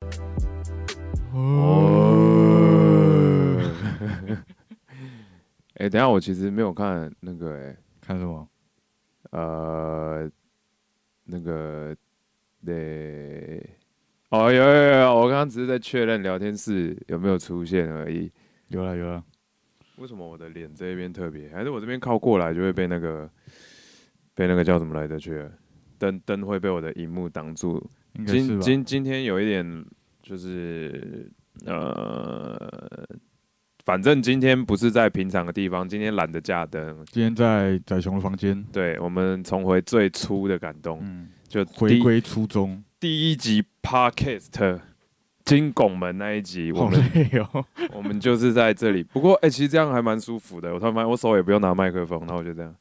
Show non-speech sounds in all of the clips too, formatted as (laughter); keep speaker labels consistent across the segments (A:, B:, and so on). A: (laughs) 哎等一下我其实没有看那个、欸，
B: 看什么？
A: 呃，那个，对，哦，有有有有，我刚刚只是在确认聊天室有没有出现而已。
B: 有了有了，
A: 为什么我的脸这边特别，还是我这边靠过来就会被那个被那个叫什么来着去了？灯灯会被我的荧幕挡住。
B: 应该是
A: 今
B: 吧？
A: 今今天有一点就是呃，反正今天不是在平常的地方，今天懒得架灯。
B: 今天在仔熊的房间，
A: 对我们重回最初的感动，
B: 嗯，
A: 就
B: 回
A: 第
B: 归初衷，
A: 第一集 Podcast 金拱门那一集，我
B: 好
A: 们
B: 累 (laughs) 哦。
A: 我们就是在这里。不过，哎、其实这样还蛮舒服的。我突然发现我手也不用拿麦克风，然后我就这样，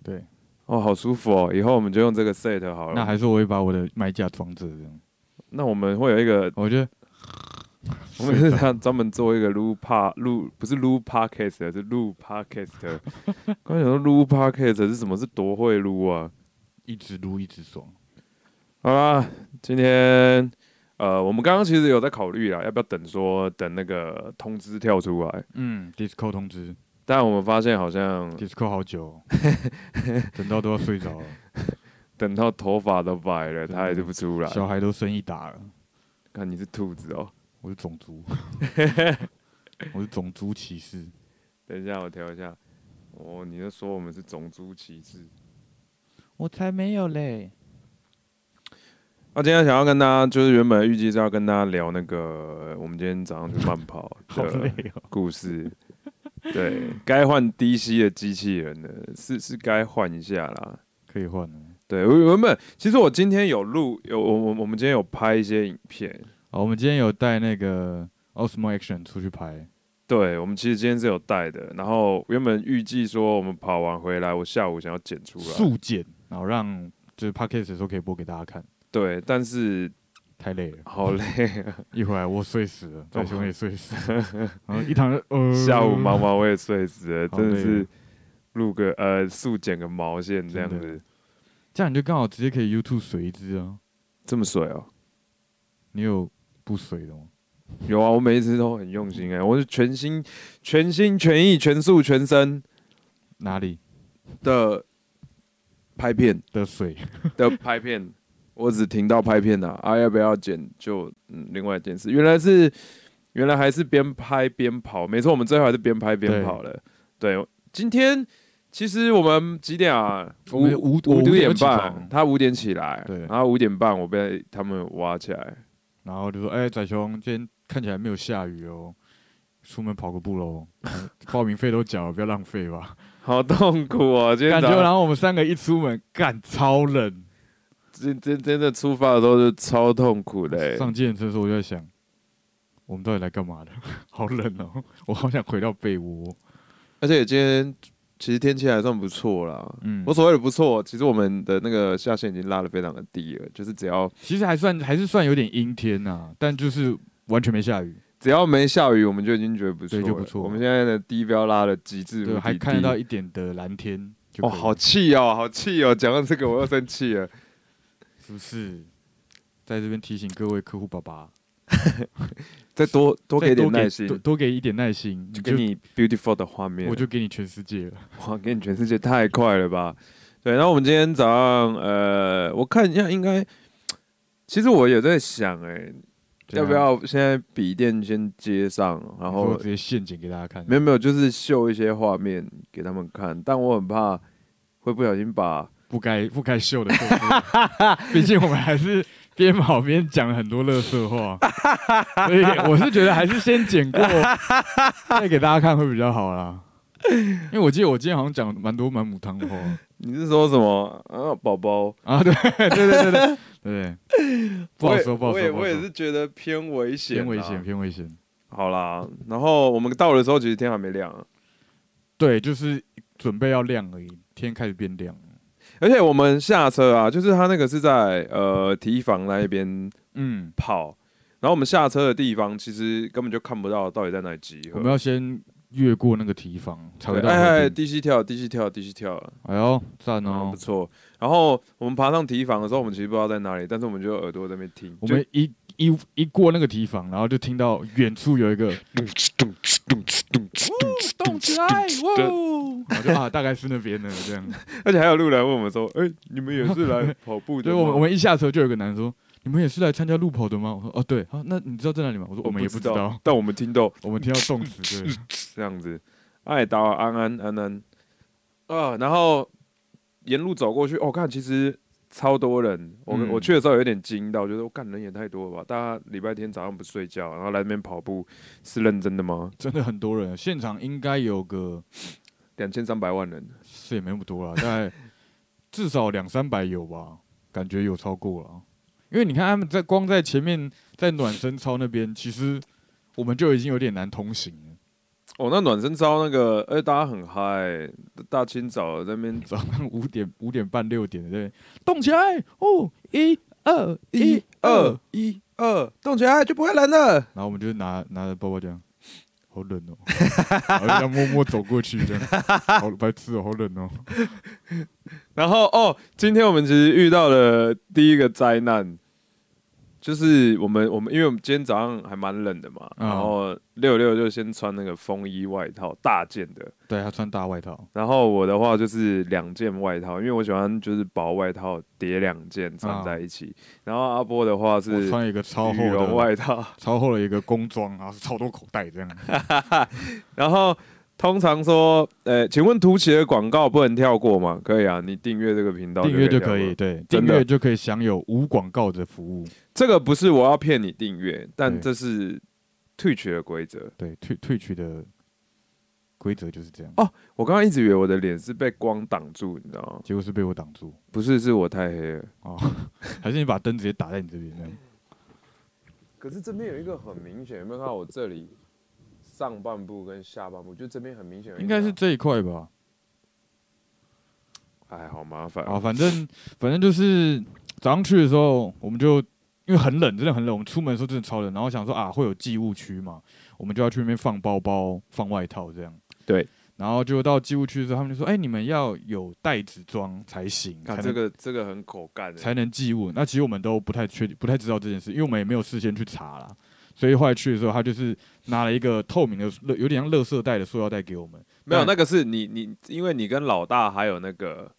B: 对，
A: 哦，好舒服哦。以后我们就用这个 set 好了。
B: 那还是我会把我的麦架装着这样。
A: 那我们会有一个，
B: 我觉得
A: (laughs) 我们是这样专门做一个录 pa 录不是录 podcast 的是录 podcast。刚才想说录 podcast 是什么？是多会录啊！
B: 一直撸一直爽，
A: 好啦，今天呃，我们刚刚其实有在考虑啦，啊要不要等说等那个通知跳出来？
B: 嗯，Disco 通知
A: 但我们发现好像
B: ，Disco 好久 (laughs) 哦、等到都要睡 (laughs) 着了，
A: 等到头发都白了，
B: 真的
A: 它还是不出来。
B: 小孩都生一打了。
A: 看你是兔子哦。
B: 我是种 (laughs) 族，我是种族歧视。
A: 等一下，我调一下。哦，你就说我们是种族歧视。
B: 我才没有嘞。
A: 那、今天想要跟大家，就是原本预计是要跟大家聊那个，我们今天早上去慢跑
B: 好累
A: 的
B: 哦。
A: 故事。对，该换 DC 的机器人了，是是该换一下啦。
B: 可以换了。
A: 对，我原本其实我今天有录，有我我我们今天有拍一些影片。
B: 哦，我们今天有带那个 Osmo Action 出去拍，
A: 对，我们其实今天是有带的，然后原本预计说我们跑完回来，我下午想要剪出来，
B: 速剪，然后让就是 Podcast 的时候可以播给大家看。
A: 对，但是
B: 太累了，
A: 好累啊，
B: 一会儿我睡死了，在兄也睡死
A: (laughs)
B: 了，然后一躺就呃，
A: 下午忙忙我也睡死了，
B: 好
A: 真的
B: 累
A: 是
B: 啊
A: 录个呃速剪个毛线这样
B: 真
A: 子，
B: 这样你就刚好直接可以 YouTube 水一支啊。
A: 这么水哦、
B: 你有不水的吗？
A: 有啊，我每一次都很用心哎、我是全心全心全意全速全身
B: 哪里
A: 的拍片
B: 的水？
A: 的拍片， (laughs) 我只听到拍片呐、啊，要不要剪就嗯另外一件事，原来是原来还是边拍边跑，没错，我们最后还是边拍边
B: 对
A: 跑了，对，今天。其实我们几点啊？
B: 我们五我
A: 五
B: 五
A: 点
B: 点起
A: 半
B: 床，
A: 他五点起来，
B: 对
A: 然后五点半我被他们挖起来，
B: 然后就说：“哎、仔熊，今天看起来没有下雨哦，出门跑个步喽。呃报名费都缴了，不要浪费吧。
A: 好痛苦哦！”今天
B: 感觉，
A: 早
B: 然
A: 上
B: 后我们三个一出门，干超冷。
A: 真真真的出发的时候是超痛苦的、欸，
B: 上计程车的时候，我就在想，我们到底来干嘛的？ (laughs) 好冷哦，我好想回到被窝。
A: 而且今天其实天气还算不错啦。
B: 嗯
A: 我，所谓的不错，其实我们的那个下限已经拉得非常的低了，就是只要
B: 其实还算还是算有点阴天呐、但就是完全没下雨，
A: 只要没下雨，我们就已经觉得不错了，
B: 对就不错
A: 我们现在的低标拉的极致无敌低，
B: 对，还看得到一点的蓝天就
A: 哦，
B: 可以
A: 好
B: 了
A: 气哦，好气哦！讲到这个我又生气了。
B: 是不是？在这边提醒各位客户爸爸，
A: 再多多
B: 再
A: 给点
B: 多
A: 耐心，
B: 多多给一点耐心，
A: 就给你 beautiful 的画面。
B: 我就给你全世界了。
A: 哇，给你全世界太快了吧？对，然后我们今天早上，呃，我看一下，应该，其实我也在想、哎，
B: 啊
A: 要不要现在笔电先接上，然
B: 然后
A: 后
B: 直接现剪给大家看？
A: 没有没有，就是秀一些画面给他们看，但我很怕会不小心把，
B: 不该不该秀的秀出来， (laughs) 毕竟我们还是边跑边讲了很多乐
A: (laughs)
B: 色话，所以我是觉得还是先剪过，再给大家看会比较好啦。因为我记得我今天好像讲蛮多满母汤的话
A: 你是说什么？啊，宝宝，
B: 啊，对对对对对对，不好
A: 我也
B: 说不好
A: 我也
B: 说，不好
A: 我也
B: 说
A: 是，觉得偏危险、啊
B: 偏危险。偏危险。
A: 好啦，然后我们到的时候，其实天还没亮啊、
B: 对，就是准备要亮而已，天开始变亮了。
A: 而且我们下车啊，就是他那个是在呃体房那一边
B: 嗯，
A: 跑，然后我们下车的地方其实根本就看不到到底在哪里集
B: 我
A: 合
B: 们。要先越过那个堤防才会
A: 对
B: 到
A: 哎
B: 那
A: 哎，
B: 边。
A: 地西跳，地西跳，地西跳，
B: 哎呦，赞
A: 嗯，
B: 哦
A: 不！错。然后我们爬上提防的时候，我们其实不知道在哪里，但是我们就耳朵在那边听，
B: 我
A: 就
B: 们一一一过那个提防，然后就听到远处有一 (laughs) 个
C: 咚哧咚哧咚哧咚哧咚哧
B: 动起来，哇！然后就啊，大概是那边的这 (laughs) 样。
A: 而且还有路人问我们说：“哎、你们也是来跑步的
B: 对，
A: 吗？”
B: 我们我们一下车就有个男说：“你们也是来参加路跑的吗？”我说：“哦，对。”啊，那你知道在哪里吗？我说：“我们也不知 (laughs) 道。
A: 但我们听到”
B: 我们听到动词，对，
A: 这样子，爱达安安安安，啊，然后沿路走过去，我、看其实超多人，我们、
B: 嗯
A: 我去的时候有点惊到，觉得我哦干人也太多了吧？大家礼拜天早上不睡觉，然后来这边跑步，是认真的吗？
B: 真的很多人，现场应该有个
A: 两千三百万人，
B: 是也没那么多啦，大概至少两三百有吧，感觉有超过了。因为你看他们在光在前面在暖身操那边，其实我们就已经有点难通行了。
A: 哦，那暖身操那个，哎、大家很嗨，大清早在那边
B: 早上五点五点半六点的在那边动起来哦，一二一二，
A: 一二，呃动起来就不会冷了。
B: 然后我们就拿拿着包包这样，好冷哦，然后这样默默走过去这样，好白痴哦，好冷哦，
A: 然后哦，今天我们其实遇到了第一个灾难，就是我们我们因为我们今天早上还蛮冷的嘛，
B: 嗯
A: 然后六六就先穿那个风衣外套大件的，
B: 对他穿大外套，
A: 然后我的话就是两件外套，因为我喜欢就是薄外套叠两件穿在一起，然后阿波的话
B: 嗯我
A: 是
B: 穿一个超厚
A: 羽绒
B: 的
A: 外套，
B: 超厚的一个工装，然后是超多口袋这样。
A: 然后。通常说，呃，请问图奇的广告不能跳过吗？可以啊，你订阅这个频道
B: 订阅就
A: 跳
B: 可
A: 过
B: 以，对，订
A: 真的
B: 阅就可以享有无广告的服务。
A: 这个不是我要骗你订阅，但
B: 对
A: 这是退取的规则。
B: 对，退退去的规则就是这样。
A: 哦我刚刚一直以为我的脸是被光挡住，你知道吗？
B: 结果是被我挡住
A: 不是，是我太黑了。
B: 哦， (laughs) 还是你把灯直接打在你这边这样？
A: 可是这边有一个很明显，有没有看到我这里上半部跟下半部？就这边很明显有一个啊，
B: 应该是这一块吧。
A: 哎，好麻烦
B: 啊，
A: 哦。
B: 反正反正就是早上去的时候，我们就因为很冷，真的很冷，我们出门的时候真的超冷，然后想说啊会有寄物区嘛，我们就要去那边放包包、放外套这样。
A: 对。
B: 然后就到寄物区的时候，他们就说：“哎、你们要有袋子装才行，
A: 看
B: 才能
A: 啊这个这个很口干
B: 才
A: 的，
B: 能寄物。那其实我们都不太确定，不太知道这件事，因为我们也没有事先去查啦。所以后来去的时候，他就是拿了一个透明的，有点像垃圾袋的塑料袋给我们。
A: 没有
B: 但
A: 那个是你你，因为你跟老大还有那个，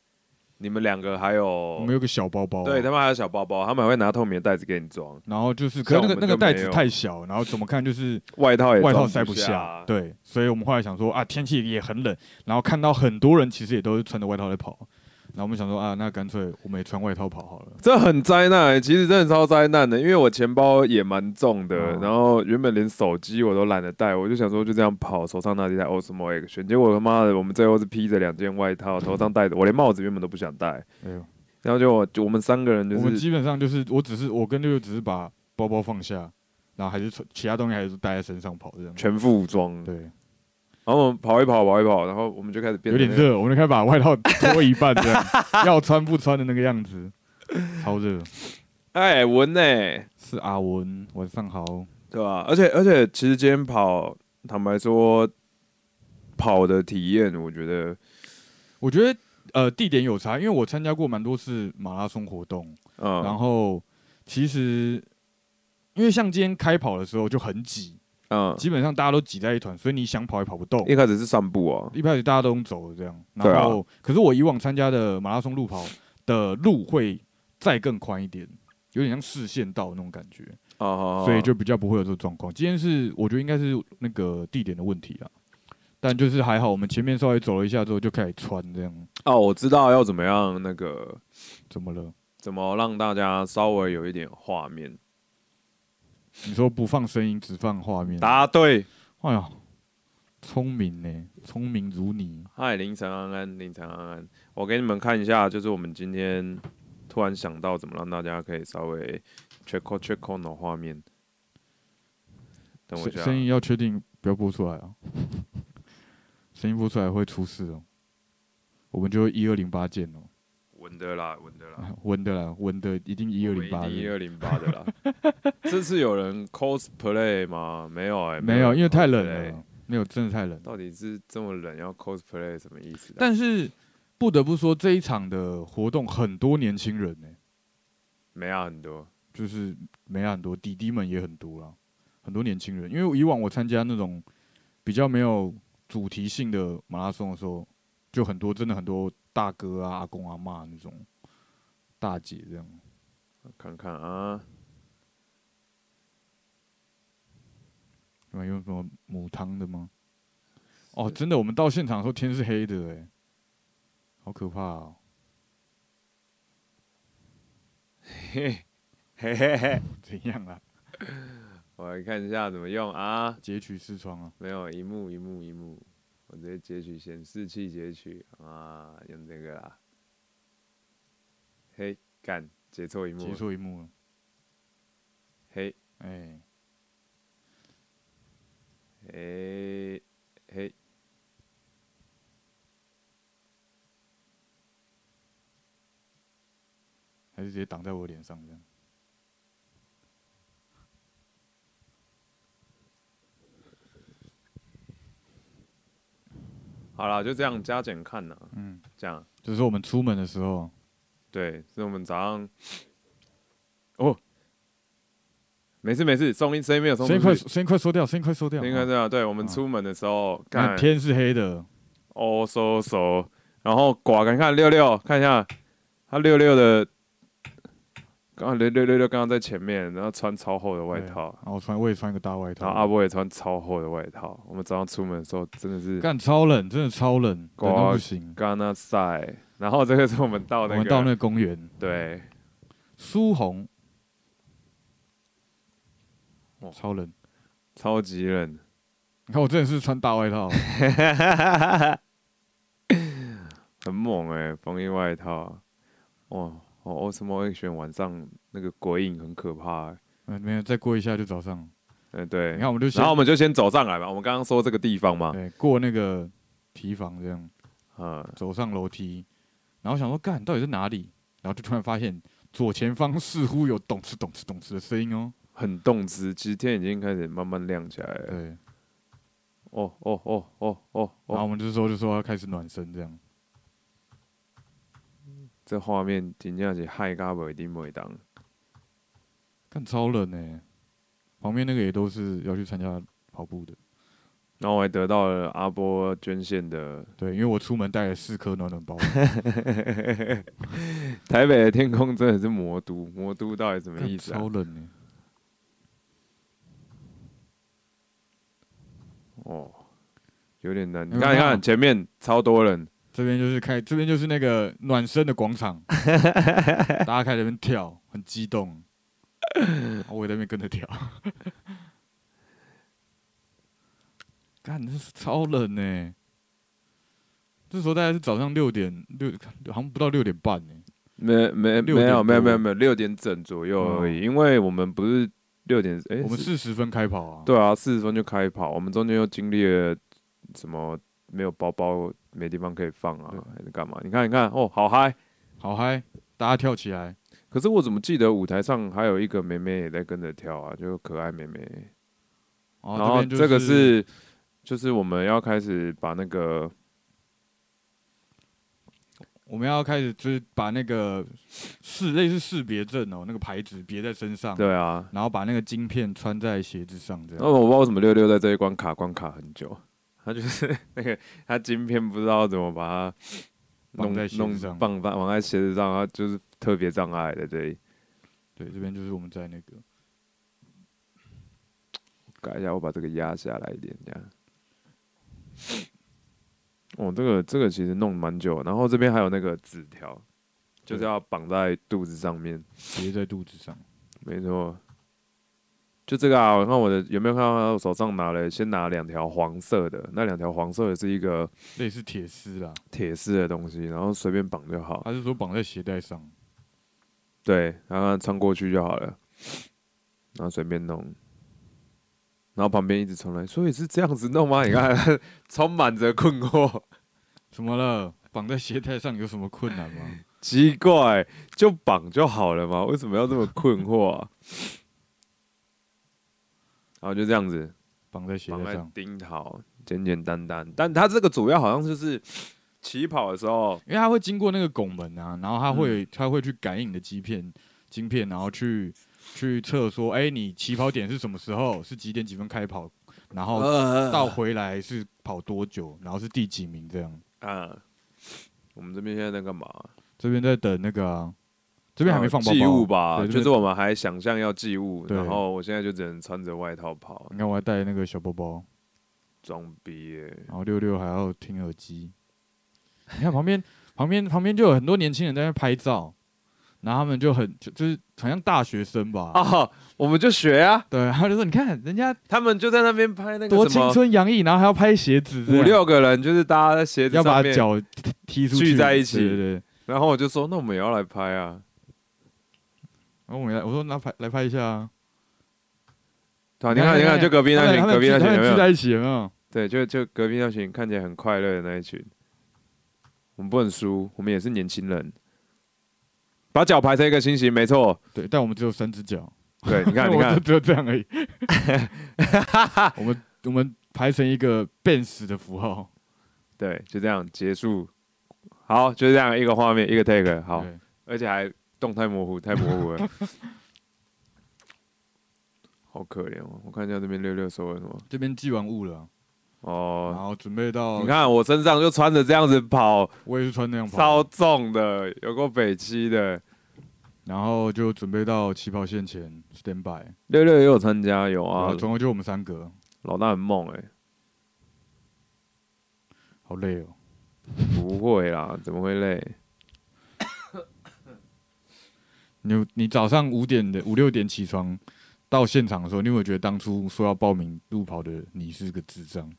A: 你们两个还
B: 我
A: 有
B: 们有个小包包、
A: 对他们还有小包包，他们还会拿透明的袋子给你装，
B: 然后就是，可
A: 像
B: 是那
A: 我们
B: 个那个
A: 就
B: 袋
A: 没
B: 子
A: 有
B: 太小，然后怎么看就是
A: 外套也
B: 外套
A: 装
B: 塞不
A: 下啊
B: 下，，对，所以我们后来想说啊，天气也很冷，然后看到很多人其实也都是穿着外套在跑，然后我们想说啊，那干脆我们也穿外套跑好了。
A: 这很灾难、欸，其实真的超灾难的，因为我钱包也蛮重的，
B: 哦
A: 然后原本连手机我都懒得带，我就想说就这样跑，手上拿着一台 Osmo Action，结果他妈的我们最后是披着两件外套，头上戴着，我连帽子原本都不想戴，
B: 哎呦，
A: 然后就我就我们三个人就
B: 我们
A: 是
B: 基本上就是，我只是我跟六六只是把包包放下，然后还是穿其他东西还是带在身上跑这样。
A: 全副武装，
B: 对，
A: 然后我们跑一跑跑一跑，然后我们就开始变
B: 有
A: 得
B: 点
A: 那个，
B: 热，我们就开始把外套脱一半这样，
A: (laughs)
B: 要穿不穿的那个样子，超热。
A: 哎文呢、
B: 是阿文，晚上好。
A: 对吧、而且而且其实今天跑，坦白说，跑的体验我觉得，
B: 我觉得呃地点有差，因为我参加过蛮多次马拉松活动，
A: 嗯，
B: 然后其实因为像今天开跑的时候就很挤，
A: 嗯，
B: 基本上大家都挤在一团，所以你想跑也跑不动
A: 一。开始是散步啊，
B: 一开始大家都用走的这样，
A: 对啊
B: 然后、可是我以往参加的马拉松路跑的路会再更宽一点，有点像四线道那种感觉，
A: 啊啊，啊
B: 所以就比较不会有这个状况。今天是我觉得应该是那个地点的问题啦，但就是还好我们前面稍微走了一下之后就开始穿这样，
A: 哦，我知道要怎么样那个，
B: 怎么了？
A: 怎么让大家稍微有一点画面。
B: 你说不放声音，只放画面。
A: 答对，
B: 哎呀，聪明呢，聪明如你。
A: 嗨，凌晨安安，凌晨安安，我给你们看一下，就是我们今天突然想到怎么让大家可以稍微 check on check on 的画面。等我一啊
B: 声
A: 下，
B: 声音要确定，不要播出来啊！ (laughs) 声音播出来会出事哦。我们就一二零八见哦，
A: 稳的啦，稳的
B: (laughs)
A: 啦，
B: 啊稳的啦，稳的一定一二零八。
A: 一二零八的啦。
B: (laughs)
A: 这次有人 cosplay 吗？没有哎、
B: 没有，因为太冷
A: cosplay。
B: 了，没有，真的太冷了。
A: 到底是这么冷要 cosplay 什么意思啊？
B: 但是不得不说，这一场的活动很多年轻人呢、
A: 没啊，很多
B: 就是没很多，弟弟们也很多啦，很多年轻人。因为以往我参加那种比较没有主题性的马拉松的时候，就很多真的很多大哥啊、阿公阿嬷那种大姐这样。
A: 看看啊，
B: 你啊们有什么母汤的吗？哦，真的，我们到现场的时候天是黑的、欸，哎，好可怕哦！ (laughs)
A: 嘿嘿嘿，
B: 怎样啊啦？
A: 我来看一下怎么用啊。
B: 截取视窗啊！
A: 没有一幕一幕一幕，我直接截取显示器截取啊，用这个啦。嘿，干，截错一幕
B: 截
A: 了。
B: 错一幕了，
A: 嘿，
B: 哎、
A: 嘿，嘿，
B: 还是直接挡在我脸上这样。
A: 好啦，就这样加减看呐，
B: 嗯，
A: 这样。
B: 就是我们出门的时候，啊
A: 对，是我们早上。哦，没事没事，松音声音没有松出
B: 声音
A: 去，
B: 快，声音快收掉，声音快收掉。
A: 声音快这啊样。对我们
B: 嗯
A: 出门的时候，
B: 看
A: 干
B: 天是黑的，
A: 哦嗖嗖，然后寡敢看六六，看一下他六六的，刚刚六六六六刚刚在前面，然后穿超厚的外
B: 对
A: 套，
B: 然后穿我也穿一个大外套
A: 然后，啊阿波也穿超厚的外套。我们早上出门的时候真的是
B: 干超冷，真的超冷，冷
A: 呱
B: 到不行。
A: 干那晒，然后这个是我们到
B: 我
A: 那
B: 们
A: 个
B: 到那个公园，
A: 对
B: 苏红
A: 哇，
B: 超冷。
A: 超级冷，
B: 你看我真的是穿大外
A: (laughs)
B: 套，
A: 很猛哎、风衣外套，哇！哦，Osmo Action 晚上那个鬼影很可怕、欸，
B: 嗯，没有，再过一下就早上了。
A: 嗯对，
B: 你看，我们就先
A: 然后我们就先走上来吧。我们刚刚说这个地方嘛，
B: 对过那个提防这样。
A: 嗯，
B: 走上楼梯，然后想说干到底是哪里，然后就突然发现左前方似乎有咚哧咚哧咚哧的声音哦。
A: 很动之，其实天已经开始慢慢亮起来了。
B: 对，
A: 哦哦哦哦哦
B: 然
A: 哦，
B: 后我们这时候就说要开始暖身这样。
A: 这画面真正是害咖不一定袂当。
B: 干超冷呢、旁边那个也都是要去参加跑步的。
A: 然后我还得到了阿波捐献的
B: 对，因为我出门带了四颗暖暖包，
A: 台北的天空真的是魔都，魔都到底什么意
B: 干
A: 思啊
B: 超？冷欸呢、
A: 哦，有点难。
B: 有
A: 你看，你
B: 没有
A: 看前面超多人，
B: 这边就是开，这边就是那个暖身的广场，大家开始在那边跳，很激动，啊我也在那边跟着跳。干，这是超冷呢、欸这时候大概是早上六点六，好像不到六点半欸呢、
A: 没没
B: 六
A: 没
B: 点
A: 有
B: 多
A: 没有没有没有六点整左右而已，因为我们不是六点，哎，
B: 我们
A: 是
B: 四十分开跑啊。
A: 对啊，四十分就开跑，我们中间又经历了什么没有包包没地方可以放啊
B: 对，
A: 还是干嘛？你看，你看，哦，好嗨！
B: 好嗨，大家跳起来。
A: 可是我怎么记得舞台上还有一个妹妹也在跟着跳啊，就可爱妹妹。
B: 然
A: 然后
B: 哦边就
A: 这个是就是我们要开始把那个
B: 我们要开始就是把那个识类似识别证哦，那个牌子别在身上，
A: 对哦啊，
B: 然后把那个晶片穿在鞋子上，这
A: 那
B: 样。
A: 我不知道为什么六六在这一关卡关卡很久，他就是 (laughs) 那个他晶片不知道怎么把它弄
B: 绑在鞋子
A: 弄
B: 上
A: 绑在绑在鞋子上，他就是特别障碍在这里。
B: 对，这边就是我们在那个，
A: 改一下，我把这个压下来一点，这样。 (sniffs) 哦，这个这个其实弄蛮久，然后这边还有那个纸条，就是
B: 对
A: 要绑在肚子上面，
B: 别在肚子上。
A: 没错。就这个啊，我看我的有没有看到我手上拿了，先拿两条黄色的，那两条黄色的是一个
B: 类似铁丝啦，
A: 铁丝的东西，然后随便绑就好。
B: 他是说绑在鞋带上，
A: 对，然后穿过去就好了， (sniffs) 然后随便弄。然后旁边一直重来，所以是这样子弄吗？你看， (laughs) 充满着困惑。
B: 怎么了？绑在鞋带上有什么困
A: (laughs)
B: 难吗？
A: 奇怪，就绑就好了嘛，为什么要这么困惑啊？ (laughs) 然后就这样子，
B: 绑在鞋
A: 绑
B: 带
A: 在
B: 上，
A: 钉好，简简单单。但它这个主要好像就是起跑的时候，
B: 因为
A: 嗯
B: 它会经过那个拱门啊，然后它会、它会去感应你的晶片晶片，然后去去测说，哎、你起跑点是什么时候？是几点几分开跑？然后
A: 呃
B: 到回来是跑多久？然后是第几名这样？
A: 啊，我们这边现在在干嘛？啊
B: 这边在等那个、啊，这边还没放包包、
A: 寄物吧，
B: 对
A: 就是我们还想象要寄物，
B: 对
A: 然后我现在就只能穿着外套跑，
B: 你看我还带那个小包包，
A: 装逼耶！
B: 然后六六还要听耳机。你看旁边，旁边，旁边就有很多年轻人在那拍照，然后他们就很就就是好像大学生吧。
A: 哦，我们就学啊，
B: 对，他就说：“你看人家
A: 他们就在那边拍那
B: 多
A: 个什
B: 青
A: 么
B: 春洋溢，然后还要拍鞋子这样，
A: 五六个人，就是大家在鞋子
B: 要把
A: 上面，
B: 脚踢踢出去，
A: 聚在一起
B: 对对对。
A: 然后我就说，那我们也要来拍啊。
B: 然后我们来，我说那拍来拍一下啊。
A: 对啊，你看，你看，就隔壁那群，
B: 他们
A: 隔壁那群
B: 他
A: 有没
B: 们聚
A: 有？
B: 在一起有没有？
A: 对，就就隔壁那群看起来很快乐的那一群，我们不能输，我们也是年轻人，把脚排成一个心形，没错。
B: 对，但我们只有三只脚。
A: 对，你
B: (laughs)
A: 看，你
B: 我
A: 看
B: 就，只有这样
A: (laughs)
B: 而已。我们我们排成一个 bench 的符号。
A: 对，就这样结束。好，就这样一个画面，一个 take，好
B: 对，，
A: 而且还动态模糊，太模糊
B: (laughs)
A: 了，好可怜哦。我看一下这边六六说了什么
B: 这边寄完物了，然
A: 哦。
B: 后准备到
A: 你，看我身上就穿着这样子跑，
B: 我也是穿那样跑
A: 超，重的，有够北七的。
B: 然后就准备到起跑线前 stand by。
A: 六六也有参加，有
B: 啊，
A: 啊，
B: 总共就我们三个，
A: 老大很猛哎、
B: 好累哦。
A: 不会啦，怎么会累？
B: 你你早上五点的五六点起床到现场的时候，你有没有觉得当初说要报名路跑的你是个智障？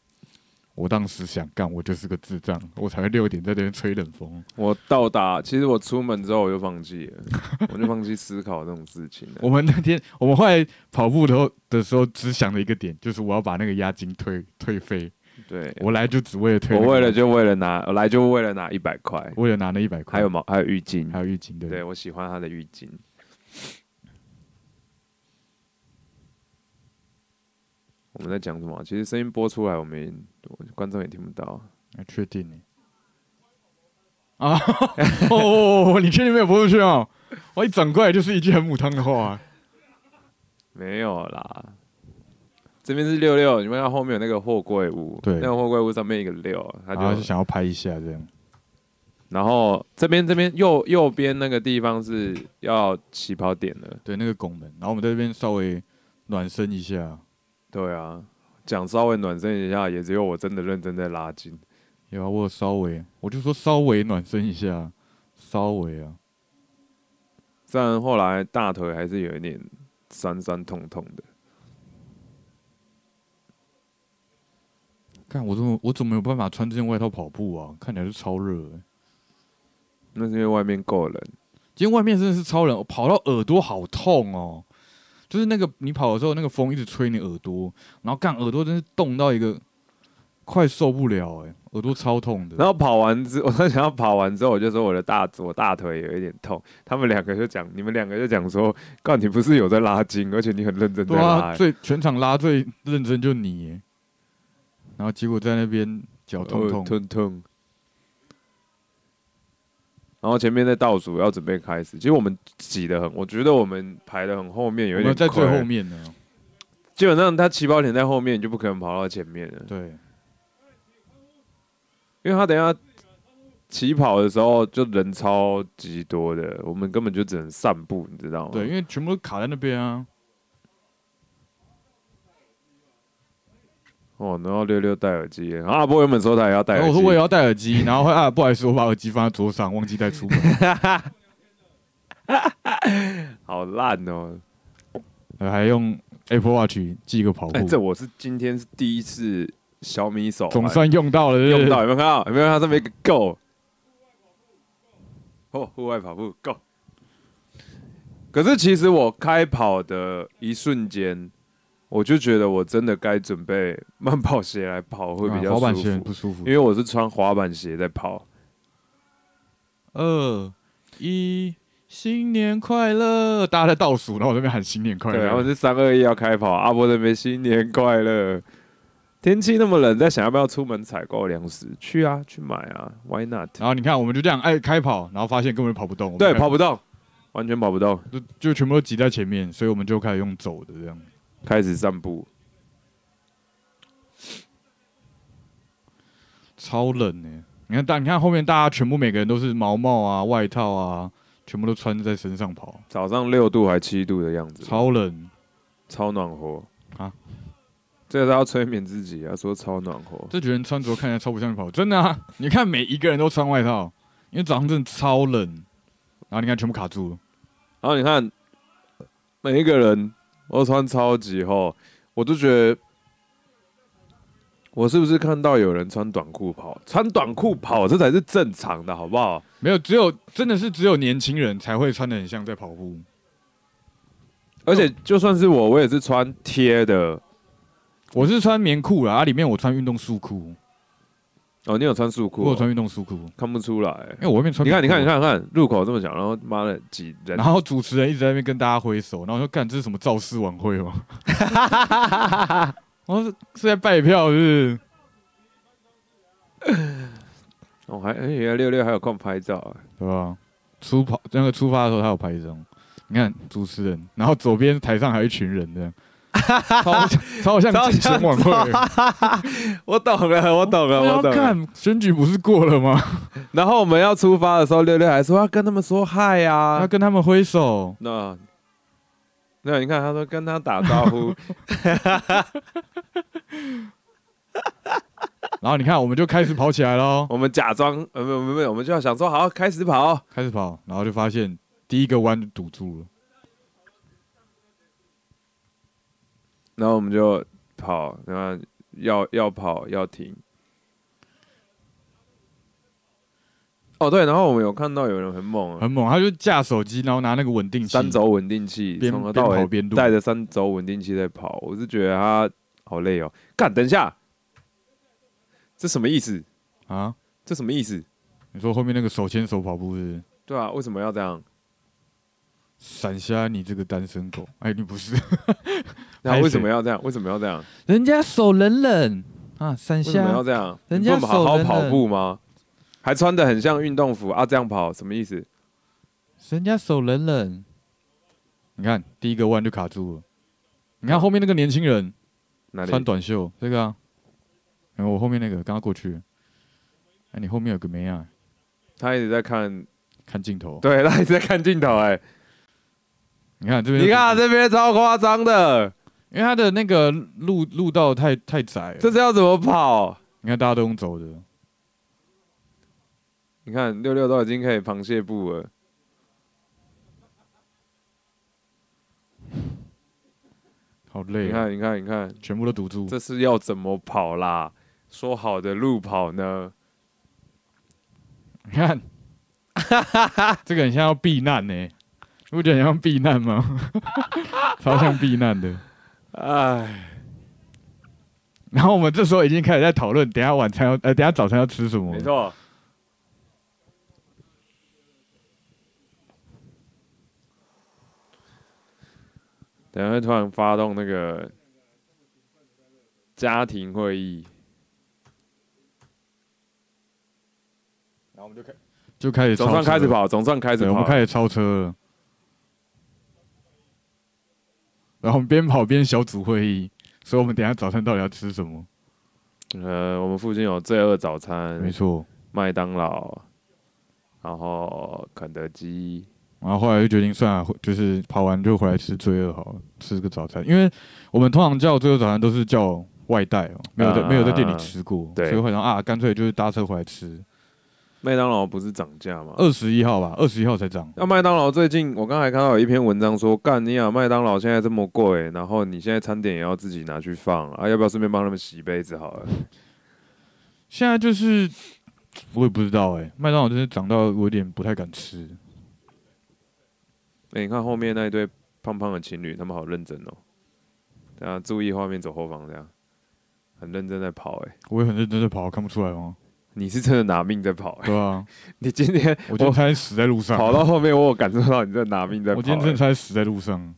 B: 我当时想干，我就是个智障，我才会六点在这边吹冷风。
A: 我到达，其实我出门之后我就放弃了，我就放弃思考这种事情 (laughs) 了。
B: (laughs) 我们那天我们后来跑步的时候的时候，只想了一个点，就是我要把那个押金退退费。
A: 对，
B: 我来就只为了退那
A: 我
B: 个，
A: 为了就为了拿，我来就为了拿一百块，
B: 为了拿那一百块，
A: 还有毛还有浴巾，
B: 还有浴巾，对
A: 对我喜欢他的浴巾。我们在讲什么啊？其实声音播出来，我们我观众也听不到。啊
B: 还哎确定 (laughs) 呢？啊哦，哦你确定没有播出去哦？我一转过来就是一句很母汤的话、
A: 没有啦，这边是六六，你们看后面有那个货柜屋，
B: 对
A: 那个货柜屋上面一个六，他
B: 然
A: 就
B: 后啊就想要拍一下这样。
A: 然后这边这边右右边那个地方是要起跑点的。
B: 对，那个拱门，然后我们在这边稍微暖身一下，
A: 对啊，讲稍微暖身一下，也只有我真的认真在拉筋。
B: 有啊，我有稍微，我就说稍微暖身一下，稍微啊，
A: 虽然后来大腿还是有一点酸酸痛痛的。
B: 看我怎么我怎么有办法穿这件外套跑步啊？看起来是超热、欸，
A: 那是因为外面够冷，
B: 今天外面真的是超冷，我跑到耳朵好痛哦，就是那个你跑的时候，那个风一直吹你耳朵，然后干耳朵真是冻到一个快受不了哎、耳朵超痛的。
A: 然后跑完之， (laughs) 我刚想要跑完之后，我就说我的大我大腿有一点痛，他们两个就讲，你们两个就讲说，告你不是有在拉筋，而且你很认真在
B: 对
A: 拉、
B: 啊，
A: 欸
B: 最全场拉最认真就你耶、然后结果在那边脚痛
A: 哦
B: 痛，
A: 痛痛。然后前面在倒数要准备开始，其实我们挤得很，我觉得我们排得很后面，有
B: 我
A: 一
B: 们
A: 点
B: 在最
A: 亏
B: 后。面呢。
A: 基本上他起跑点在后面，你就不可能跑到前面了，
B: 对，
A: 因为他等一下起跑的时候就人超级多的，我们根本就只能散步，你知道吗？
B: 对，因为全部都卡在那边啊。
A: 哦，然后六六戴耳机啊，阿波原本说他也要戴
B: 然
A: 耳
B: 后
A: 机，
B: 哦我说我也要戴耳机，然后会啊，不好意思，我把耳机放在桌上，忘记带出门。
A: 好烂哦！
B: 呃还用 Apple Watch 记一个跑
A: 哎，
B: 步，
A: 这我是今天是第一次小米手环，哎
B: 总算用到了，
A: 用到有没有看到？有没有看到上面一个 Go？哦，户外跑步 Go。可是其实我开跑的一瞬间，我就觉得我真的该准备慢跑鞋来跑会比
B: 啊
A: 较
B: 滑板
A: 舒
B: 鞋很
A: 服，
B: 不舒服
A: 因。为我是穿滑板鞋在跑。
B: 二一，新年快乐！大家在倒数，然后我这边喊新年快
A: 对，然后
B: 乐。
A: 是三二一要开跑，阿波这边新年快乐。天气那么冷，在想要不要出门采购粮食？去啊，去买啊，Why not？
B: 然后你看，我们就这样哎开跑，然后发现根本就跑不动。我们
A: 对，
B: 开
A: 跑不动。完全跑不动，
B: 就就全部都挤在前面，所以我们就开始用走的这样。
A: 开始散步。
B: 超冷呢、你看大，你看后面大家全部每个人都是毛帽啊、外套啊，全部都穿在身上跑，
A: 早上六度还七度的样子，
B: 超冷。
A: 超暖和
B: 啊！
A: 这个是要催眠自己啊，说超暖和。
B: 这群人穿着看起来超不像跑，真的啊！ (laughs) 你看每一个人都穿外套，因为早上真的超冷，然后你看全部卡住了，
A: 然后你看，每一个人都穿超级厚，我就觉得，我是不是看到有人穿短裤跑？穿短裤跑这才是正常的，好不好？
B: 没有，只有真的是只有年轻人才会穿的很像在跑步，
A: 而且就算是我，我也是穿贴的。
B: 我是穿棉裤啦，啊，里面我穿运动束裤，
A: 哦，你有穿束
B: 我
A: 裤
B: 有
A: 哦、
B: 穿运动束裤，
A: 看不出来、
B: 因为我外面穿
A: 你
B: 棉裤。
A: 看，你看，你看，看入口这么小，然后妈的挤人
B: 然，后主持人一直在那边跟大家挥手，然后我说：“干，这是什么造势晚会
A: (laughs)
B: 吗？”我说：“是在拜票是
A: 哦，还哎原来六六还有空拍照、啊，
B: 不是？对吧？”出跑那个出发的时候，他有拍一张。你看主持人，然后左边台上还有一群人这
A: (laughs)
B: 样，超超像竞选晚会。
A: 我懂了，我懂了，
B: 要
A: 我懂了。
B: 看选举不是过了吗？
A: 然后我们要出发的时候，六六还说要跟他们说嗨
B: 他
A: 啊。
B: 跟他们挥手，
A: 那那你看，他说跟他打招
B: (laughs)
A: 呼，
B: 然后你看我们就开始跑起来喽，
A: 我们假装呃没有没有没有，我们就要想说好开始跑。
B: 开始跑，然后就发现第一个弯就堵住了，
A: 然后我们就跑，然后要要跑要停。哦对，然后我们有看到有人很猛啊，
B: 很猛，他就架手机，然后拿那个稳定器，
A: 三轴稳定器，
B: 边
A: 从头
B: 边
A: 到
B: 跑
A: 尾
B: 边录
A: 带着三轴稳定器在跑，我是觉得他好累哦。干，等一下，这什么意思？
B: 啊。
A: 这什么意思？
B: 你说后面那个手牵手跑步是不是
A: 对啊，为什么要这样？
B: 闪瞎你这个单身狗？哎，你不是，
A: 那啊为什么要这样？为什么要这样？
B: 人家手冷冷啊，闪
A: 为什么要这样？
B: 人
A: 你
B: 家
A: 不能好好
B: 手人
A: 跑
B: 了
A: 步吗？还穿的很像运动服啊，这样跑什么意思？
B: 人家手冷冷。你看第一个弯就卡住了，你看后面那个年轻人
A: 哪里？
B: 穿短袖，这个啊，然后我后面那个刚刚过去，哎，你后面有个妹啊，
A: 他一直在看，
B: 看镜头，
A: 对他一直在看镜头、哎，
B: 你看这边，
A: 你看啊这边超夸张的，
B: 因为他的那个路路道太太窄了，
A: 这是要怎么跑？
B: 你看大家都用走的，
A: 你看六六都已经可以螃蟹步了，
B: 好累
A: 你
B: 啊，
A: 看，你看，你看，
B: 全部都堵住，
A: 这是要怎么跑啦？说好的路跑呢？(laughs)
B: 你看，这个很像要避难呢、你不觉得很像避难吗？
A: (laughs)
B: 超像避难的。
A: 哎，
B: (laughs) 然后我们这时候已经开始在讨论，等一下晚餐要，呃，等一下早餐要吃什么
A: 没？错，等一下会突然发动那个家庭会议，
B: 然后我们就开就开始
A: 总算
B: 超车
A: 开始
B: 了，
A: 跑，总算开始
B: 对，
A: 跑，
B: 我们开始超车了。然后我们边跑边小组会议，所以我们等一下早餐到底要吃什么？
A: 呃，我们附近有罪恶早餐，
B: 没错。
A: 麦当劳，然后肯德基，
B: 然后后来就决定算了，回就是跑完就回来吃罪恶好了，吃个早餐。因为我们通常叫罪恶早餐都是叫外带哦，没有在、
A: 啊
B: 没有在店里吃过，
A: 对
B: 所以会想啊，干脆就是搭车回来吃。
A: 麦当劳不是涨价吗？
B: 二十一号吧，二十一号才涨，
A: 那麦当劳最近，我刚才看到有一篇文章说，干你啊，麦当劳现在这么贵，然后你现在餐点也要自己拿去放啊，要不要顺便帮他们洗杯子好了？
B: 现在就是我也不知道哎、麦当劳真的涨到我有点不太敢吃。
A: 哎、你看后面那一对胖胖的情侣，他们好认真哦。大家注意画面，走后方这样，很认真在跑、哎，
B: 我也很认真的跑，看不出来吗？
A: 你是真的拿命在跑、哎
B: 对啊，
A: (laughs) 你今天
B: 我今天差点死在路上，
A: 跑到后面，我有感受到你在拿命在跑、
B: 啊我今天
A: 哎
B: 真的差点死在路上。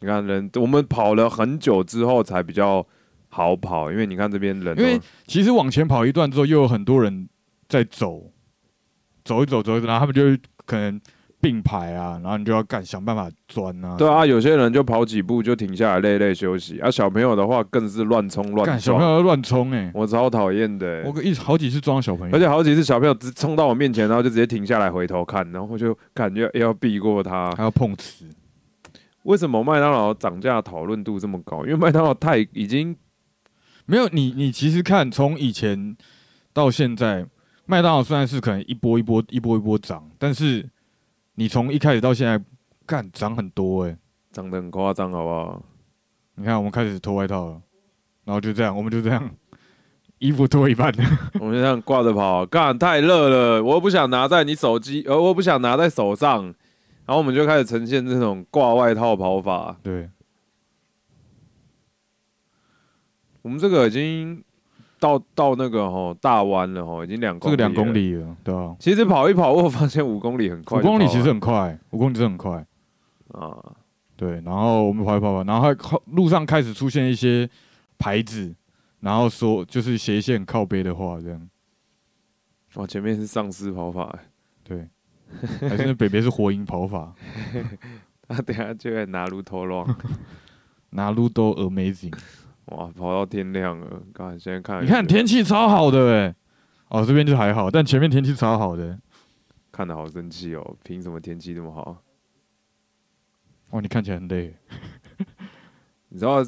A: 你看人，我们跑了很久之后才比较好跑，欸因为你看这边人都，哦
B: 因为其实往前跑一段之后，又有很多人在走，走一走，走一走，然后他们就会可能并排啊，然后你就要干想办法钻啊。
A: 对啊，有些人就跑几步就停下来累累休息，啊，小朋友的话更是乱冲乱
B: 干小朋
A: 撞，
B: 友要乱冲哎，
A: 我超讨厌的欸、
B: 我一好几次撞到小朋友
A: 而，且好几次小朋友直冲到我面前，然后就直接停下来回头看，然后我就感觉要避过他。
B: 还要碰瓷，
A: 为什么麦当劳涨价讨论度这么高？因为麦当劳太已经
B: 没有你，你其实看从以前到现在，麦当劳虽然是可能一波一波、一波一波涨，但是你从一开始到现在，干涨很多哎、
A: 涨得很夸张，好不
B: (laughs)
A: 好？
B: 你看，我们开始脱外套了，然后就这样，我们就这样，欸衣服脱一半， (laughs)
A: 我们就这样挂着跑，干太热了，我又不想拿在你手机，呃，我又不想拿在手上，然后我们就开始呈现这种挂外套跑法。
B: 对，
A: 我们这个已经到到那个吼大湾了吼，已经两
B: 这
A: 公
B: 个
A: 里
B: 两公
A: 了。
B: 里了，对啊，
A: 其实跑一跑，我发现五公里很快
B: 五
A: 就跑
B: 公
A: 完。
B: 里其实很快，五公里真的很快，
A: 啊，
B: 对，然后我们跑一跑跑，然后还靠路上开始出现一些牌子，然后说就是斜线靠背的话，这样，
A: 哇，前面是丧尸跑法、 (laughs)
B: 对，还是那北北是火影跑法。
A: 他等一下就会拿路头
B: (laughs)
A: 乱，
B: 拿路都 amazing。
A: 哇，跑到天亮了。刚现在看，
B: 你看天气超好的哎、哦这边就还好，但前面天气超好的、
A: 看的好生气哦，凭什么天气这么好？
B: 哇，你看起来很累，
A: 你知道，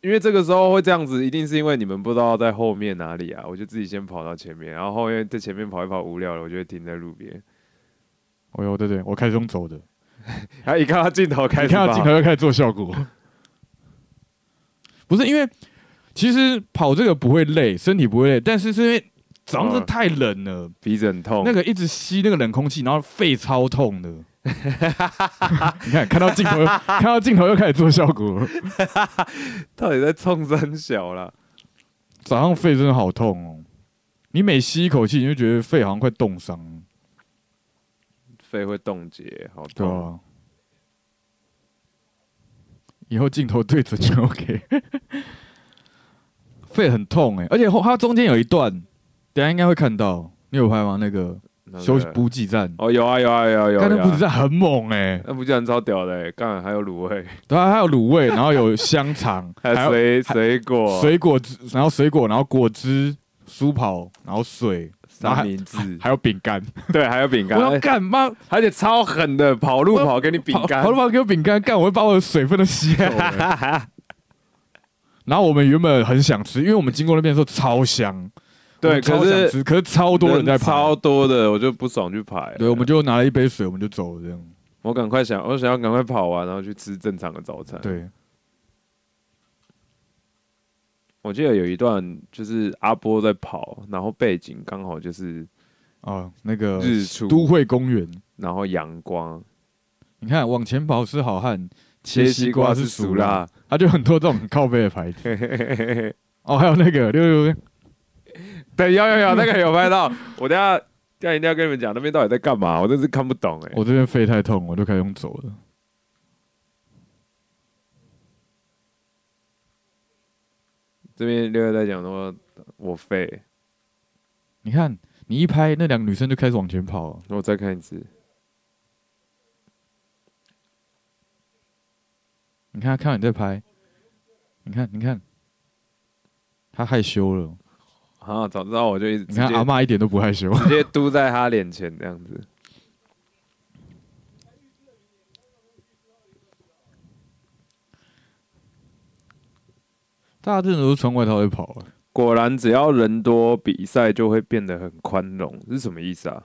A: 因为这个时候会这样子，一定是因为你们不知道在后面哪里啊。我就自己先跑到前面，然后后面在前面跑一跑无聊了，我就会停在路边。
B: 哦哟，对对，我开始用走的，
A: 然后一看到镜头开
B: 你
A: 始
B: 看到镜头
A: 跑，
B: 就开始做效果。 (laughs) 不是因为其实跑这个不会累，身体不会累，但是是因为早上是
A: 嗯
B: 太冷了，
A: 鼻子很痛。
B: 那个一直吸那个冷空气，然后肺超
A: (laughs)
B: 痛的。你看，看到镜头又，看到镜头又开始做效果了。
A: 到底在冲三小啦？
B: 早上肺真的好痛哦，你每吸一口气，你就觉得肺好像快冻伤了。
A: 肺会冻结，好
B: 对
A: 痛。
B: 啊，以后镜头对准就 (laughs) OK。肺很痛哎、而且后它中间有一段，等一下应该会看到，你有拍吗？那个
A: 那
B: 休
A: 个
B: 补给站，
A: 哦，有啊有啊有啊有啊
B: 刚才
A: 有
B: 补给
A: 啊。
B: 站很猛哎、
A: 那不就很超屌的、欸，刚还有卤
B: (laughs)
A: 味，
B: 对啊，还有卤 (laughs) 味，然后有香肠，
A: 还有
B: 有
A: 水水果、
B: 水果汁，然后水果，然后果汁、酥跑，然后水，然
A: 三
B: 后还
A: 明治，
B: 还有饼干。
A: (laughs) 对，还有饼
B: 我
A: 干，哎
B: 要干妈
A: 而且超狠的，跑路跑给你饼干
B: 跑，跑跑给我饼干，干我会把我的水分都吸走了。
A: (laughs)
B: 然后我们原本很想吃，因为我们经过那边的时候超香，我
A: 对，
B: 们超
A: 可
B: 想
A: 是
B: 吃，可是超多人在排
A: 超，多的，我就不爽去排。
B: 对，我们就拿了一杯水，我们就走了这样。
A: 我赶快想，我想要赶快跑完，然后去吃正常的早餐。，
B: 对，
A: 我记得有一段就是阿波在跑，然后背景刚好就是
B: 啊，那个
A: 日出
B: 都会公园，
A: 然后阳光，
B: 你看往前跑是好汉，
A: 切
B: 西
A: 西瓜
B: 是
A: 是
B: 熟
A: 熟
B: 辣，
A: 辣，
B: 它就很多这种很靠背的牌子。
A: 嘿嘿嘿嘿嘿
B: 哦，还有那个六六六，
A: (laughs) 对，有有有，
B: (laughs)
A: 那个有拍到，我等一下。等一下一定要跟你们讲那边到底在干嘛，我真是看不懂哎、
B: 我这边肺太痛，我就开始用走了。
A: 这边六月在讲说，我废，
B: 你看，你一拍，那两个女生就开始往前跑了。
A: 我再看一次。
B: 你看，他看到你在拍，你看，你看，他害羞了。
A: 啊，早知道我就一直
B: 你
A: 直
B: 看阿
A: 接
B: 妈一点都不害羞，
A: 直接嘟在他脸前这样子。
B: 大家真的都穿外套在跑啊。
A: 果然，只要人多，比赛就会变得很宽容，是什么意思啊？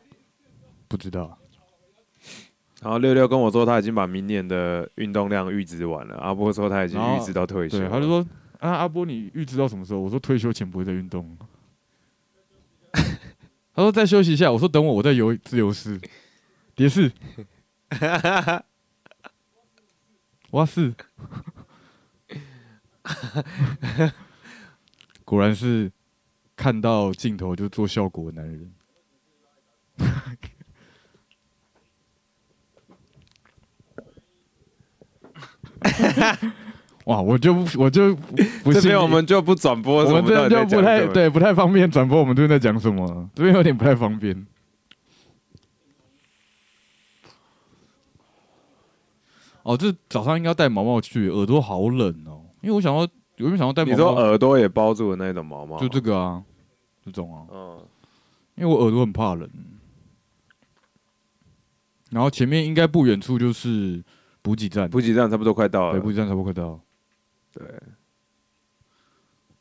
B: 不知道，
A: 然后六六跟我说，他已经把明年的运动量预知完了。阿波说他已经预知到退休
B: 对，
A: 了，
B: 他就说啊，阿波，你预知到什么时候？我说退休前不会再运动了。 (laughs) 他说再休息一下，我说等我，我在游自由式、蝶式， (laughs) 蛙式，果然是看到镜头就做效果的
A: (laughs)
B: 男人。哇，我就不我就不不
A: 这
B: 信
A: 边我们就不转播，
B: 我们这
A: 这
B: 就不太，对，不太方便转播我们这边在讲什么，这边有点不太方便。哦，就是早上应该要戴毛毛去，耳朵好冷哦。因为我想要，有没有想要戴
A: 你
B: 毛
A: 说
B: 毛？
A: 耳朵也包住的那种毛毛，
B: 就这个啊，这种啊，
A: 嗯，
B: 因为我耳朵很怕冷。然后前面应该不远处就是补给站，
A: 补给站差不多快到
B: 对，
A: 了
B: 补，给站差不多快到了。
A: 对，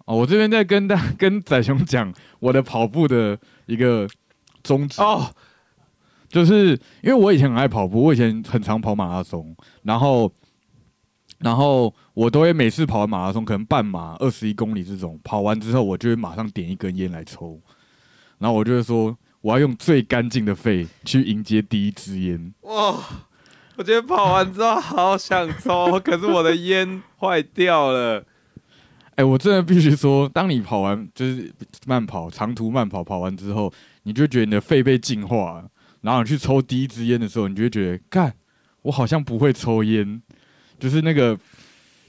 B: 哦，我这边在跟大 (laughs) 跟仔雄讲我的跑步的一个宗旨，
A: 哦，
B: 就是因为我以前很爱跑步，我以前很常跑马拉松，然后然后我都会每次跑完马拉松，可能半马、二十一公里这种，跑完之后我就会马上点一根烟来抽，然后我就会说我要用最干净的肺去迎接第一支烟。
A: 哇！哦我今天跑完之后好想抽，可是我的烟坏掉了。
B: 哎、我真的必须说，当你跑完就是慢跑、长途慢跑跑完之后，你就会觉得你的肺被净化了，然后你去抽第一支烟的时候，你就会觉得，干，我好像不会抽烟，就是那个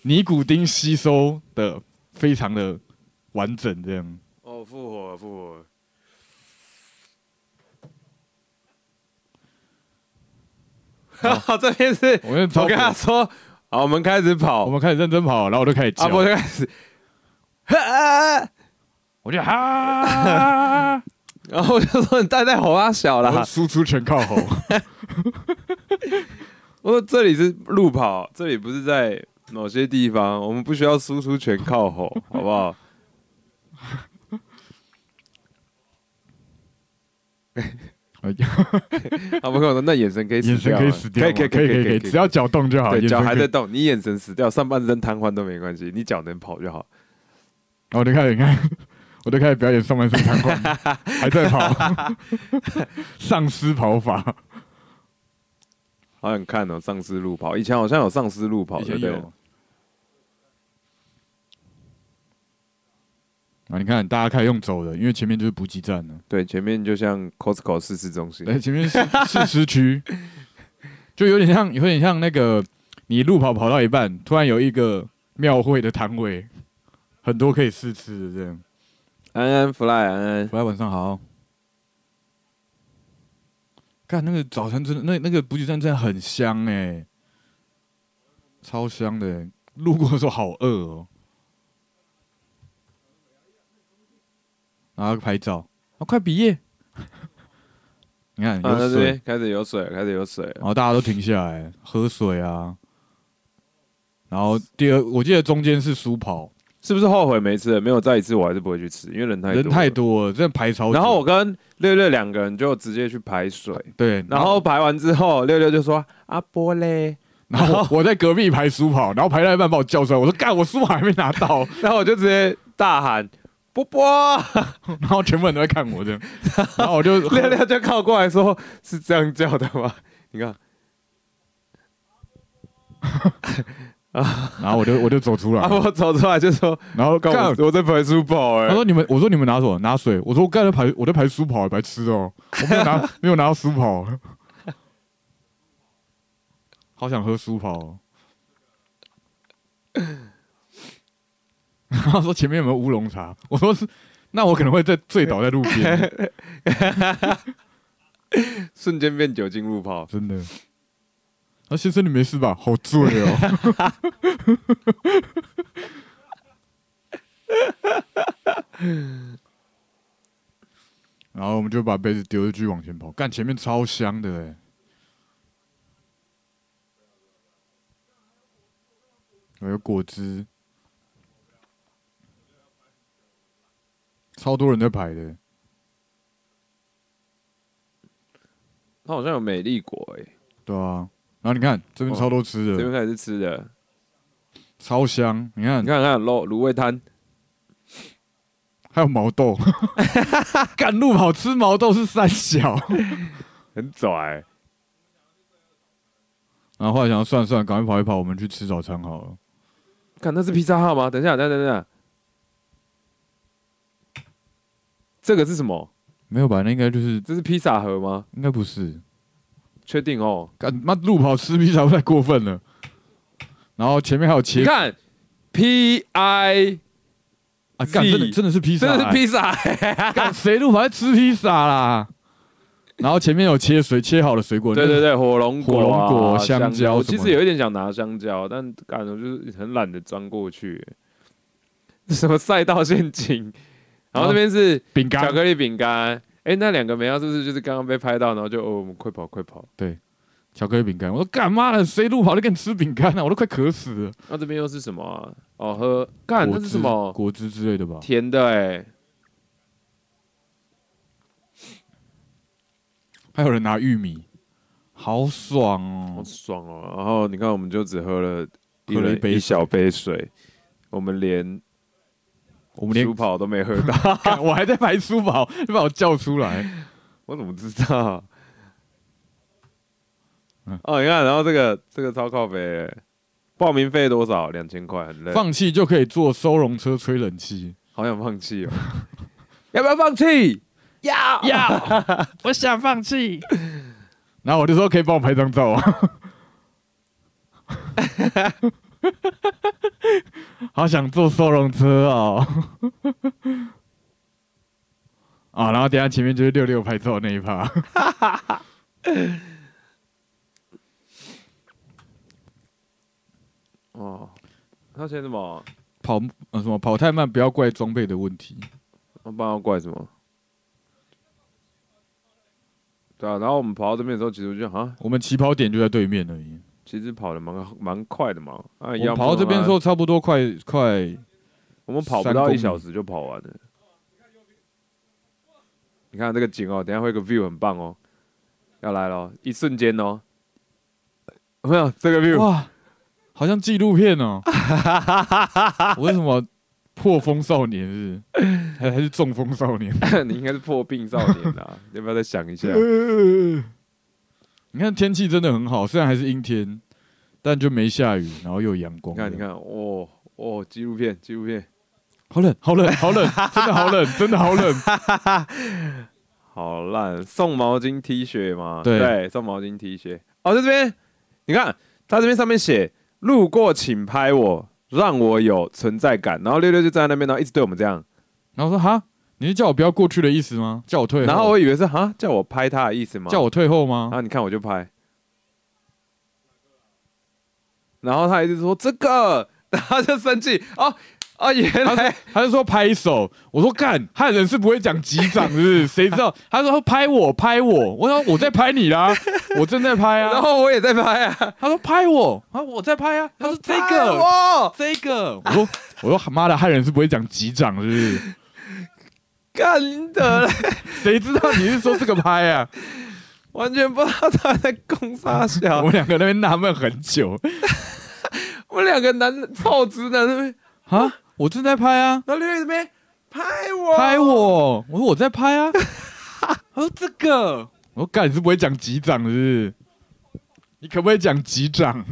B: 尼古丁吸收的非常的完整，这样。
A: 哦，复活了，复活了。哈哈， (laughs) 这边是
B: 我跟
A: 我跟他
B: 他，
A: 说，好，我们开始
B: 我
A: 跑，
B: 们开始认真跑，然后我就开始叫，
A: 阿伯就开始， (laughs) 啊哈
B: 我就哈，
A: 然后我就说你蛋蛋吼啊小
B: 然后
A: 啦，
B: 输出全靠
A: (laughs)
B: 吼。
A: 我说这里是路跑，这里不是在某些地方，我们不需要输出全靠吼，好不好？
B: 哎
A: 阿伯跟我说，啊那眼神可以
B: 眼
A: 死
B: 神
A: 掉
B: 可
A: 了，
B: 以死掉吗，
A: 可以
B: 可
A: 可以
B: 以
A: 可以，
B: 只要脚动就好，
A: 对
B: 眼
A: 脚
B: 神
A: 还
B: 可以
A: 在动，你眼神死掉，上半身瘫痪都没关系，你脚能跑就好。
B: 然后我就哦开始你 (laughs) 看，我就开始表演上半身
A: (laughs)
B: 瘫痪，还在跑，丧尸跑法，
A: 好想看哦，丧尸路跑，以前好像有丧尸路跑，对不对？
B: 啊，你看，大家开始用走的，因为前面就是补给站了，
A: 对，前面就像 Costco 市市中心，
B: 哎，前面是是市区， (laughs) 就有点像，有点像那个你路跑跑到一半，突然有一个庙会的摊位，很多可以试吃的这样。
A: 安安 fly 安安，
B: 喂，晚上好。看那个早餐真的，那那个补给站真的很香哎、超香的欸、路过的时候好饿哦、然后拍照，哦，快毕业！你看
A: 啊，
B: 有
A: 那这
B: 水，
A: 边开始有水了，开始有水了。
B: 然后大家都停下来喝水啊。然后第二，我记得中间是苏跑，
A: 是不是后悔没吃了？没有再一次，我还是不会去吃，因为人太多
B: 人太。多了，真的排超久。
A: 然后我跟六六两个人就直接去排水，
B: 对，
A: 然后排完之后，六六就说：“啊阿波嘞。
B: 然后我在隔壁排书跑，然后排到一半把我叫出来，我说干，我书跑还没拿到，” (laughs)
A: 然后我就直接大喊：“波波
B: 然后全部人都在看我这样，然后我 (laughs) 就！”
A: 六六就靠过来说：“是这样叫的吗？”你看，
B: 然后我就我就走出来
A: 阿，
B: (laughs)
A: 波走出来就说
B: 然后：“
A: 干，
B: 干，
A: 我在排书包哎
B: 他。说你们，我说你们拿什么？拿水。我说我刚才排我在排书跑，白痴哦，我没有 (laughs) 拿没有拿到书跑，好想喝书跑、哦。 (laughs) 然后说前面有没有乌龙茶？我说是，那我可能会在醉倒在路边。”
A: 瞬间变酒精路跑。
B: 真的。啊，先生，你没事吧？好醉哦。 (laughs) 然后我们就把杯子丢出去往前跑，干前面超香的哎、还有果汁，超多人在排的、
A: 它好像有美丽果哎、
B: 对啊。然后你看这边超多吃
A: 哦这边
B: 的，
A: 开始是吃的，
B: 超香。你看
A: 你看看肉卤味摊，
B: 还有毛
A: (laughs)
B: 豆，干路跑吃毛豆是三小。
A: 很拽、欸。
B: 然后后来想要算算，赶快跑一跑，我们去吃早餐好了。
A: 看那是披萨号吗？等一下，等一下等一下，这个是什么？
B: 没有吧？那应该就是，
A: 这是披萨盒吗？
B: 应该不是。
A: 确定哦。
B: 干妈路跑吃披萨太过分了。然后前面还有
A: 你
B: 切
A: 看，P I
B: 啊，干真的
A: Z
B: 真的是披萨、啊
A: 这
B: (laughs) 欸，
A: 是披萨、
B: 干谁路跑在吃披萨啦？然后前面有切水切好的水果，
A: 对对对，火龙果啊、
B: 火龙果香
A: 香
B: 蕉
A: 我
B: 什
A: 其
B: 么
A: 实有一点想拿香蕉，但感觉就是很懒得钻过去。 (laughs) 什么赛道陷阱，然后那边是
B: 饼
A: 巧
B: 哦干，
A: 克力饼干，哎、那两个梅要是不是就是刚刚被拍到，然后就哦，我们快跑快跑。
B: 巧克力饼干。我说干妈的，谁路跑就跟你吃饼干啊？我都快渴死了。
A: 那、这边又是什么啊、哦，喝干
B: 果
A: 那是
B: 汁
A: 什么？
B: 果汁之类的吧？
A: 甜的哎、
B: 还有人拿玉米，好爽
A: 好
B: 哦！
A: 爽哦！然后你看，我们就只喝了一
B: 喝了
A: 人
B: 一杯
A: 一小杯水，我们连
B: 我们连
A: 书跑都没喝到，
B: 干 (laughs) 我还在排书包，就把我叫出来。
A: 我怎么知道？
B: 嗯
A: 哦，你看，然后这个这个超靠北欸，报名费多少？两千块，很累，
B: 放弃就可以坐收容车吹冷气，
A: 好想放
B: (laughs)
A: 弃哦，要不要放弃？要
B: 要，我想放弃。然后我就说可以帮我拍张照啊。好想坐收容车哦。啊，然后等一下前面就是六六拍照那一趴。
A: 哦，他写什么？
B: 跑呃什么跑太慢，不要怪装备的问题。
A: 我帮他怪什么？对啊，然后我们跑到这边的时候，其实我就啊，
B: 我们起跑点就在对面而已。
A: 其实跑的蛮蛮快的嘛。啊，
B: 我
A: 一样
B: 们跑到这边的时候，差不多快快
A: 我们跑不
B: 三
A: 到
B: 公
A: 一
B: 里
A: 小时就跑完了。你看这个景哦，等一下会有个 view 很棒哦，要来咯，一瞬间哦，有没有这个 view，
B: 哇，好像纪录片哦。我为什么破风少年是？还还是中风少年？
A: (laughs) 你应该是破病少年啦， (laughs) 要不要再想一下？
B: 嗯你看天气真的很好，虽然还是阴天，但就没下雨，然后又有阳光。
A: 你看，你，看，哦哦，纪录片，纪录片，
B: 好冷，好冷，好冷，真的好冷，真的好冷。
A: 好烂，送毛巾 T 恤吗？
B: 对
A: 送毛巾 T 恤。哦，在这边，你看，它这边上面写“路过请拍我，让我有存在感”，然后六六就站在那边，然后一直对我们这样。
B: 然后说哈，你是叫我不要过去的意思吗？叫我退后？
A: 然后我以为是哈叫我拍他的意思吗？
B: 叫我啊退后吗
A: 然？后你看我就拍，然后他一直说这个， (laughs) 然后就生气哦哦，原来
B: 他就说啊拍手，我说干，汉人是不会讲击掌，是不是？谁知道？他说拍我，拍我，我说我在拍
A: (laughs)
B: 你啦，我正在拍
A: 然
B: 啊。
A: 后我也在拍啊，哎
B: 他说拍我，啊，我在拍啊。他说这
A: 拍
B: 个，
A: 我
B: 这个，我说我说妈的，汉人是不会讲击掌，是不是？
A: 干的 (laughs) 嘞，
B: 谁知道你是说这个拍啊？
A: 完全不知道他在攻杀
B: 我
A: 小
B: 们，两个那边纳闷很久
A: 我们两个男臭直男那边，
B: 啊，我正在拍啊，
A: 然后六六这边拍我
B: 拍，我，我说我在拍啊。他说这个，我说干，你是不会讲击掌，是不是？你可不可以讲击掌？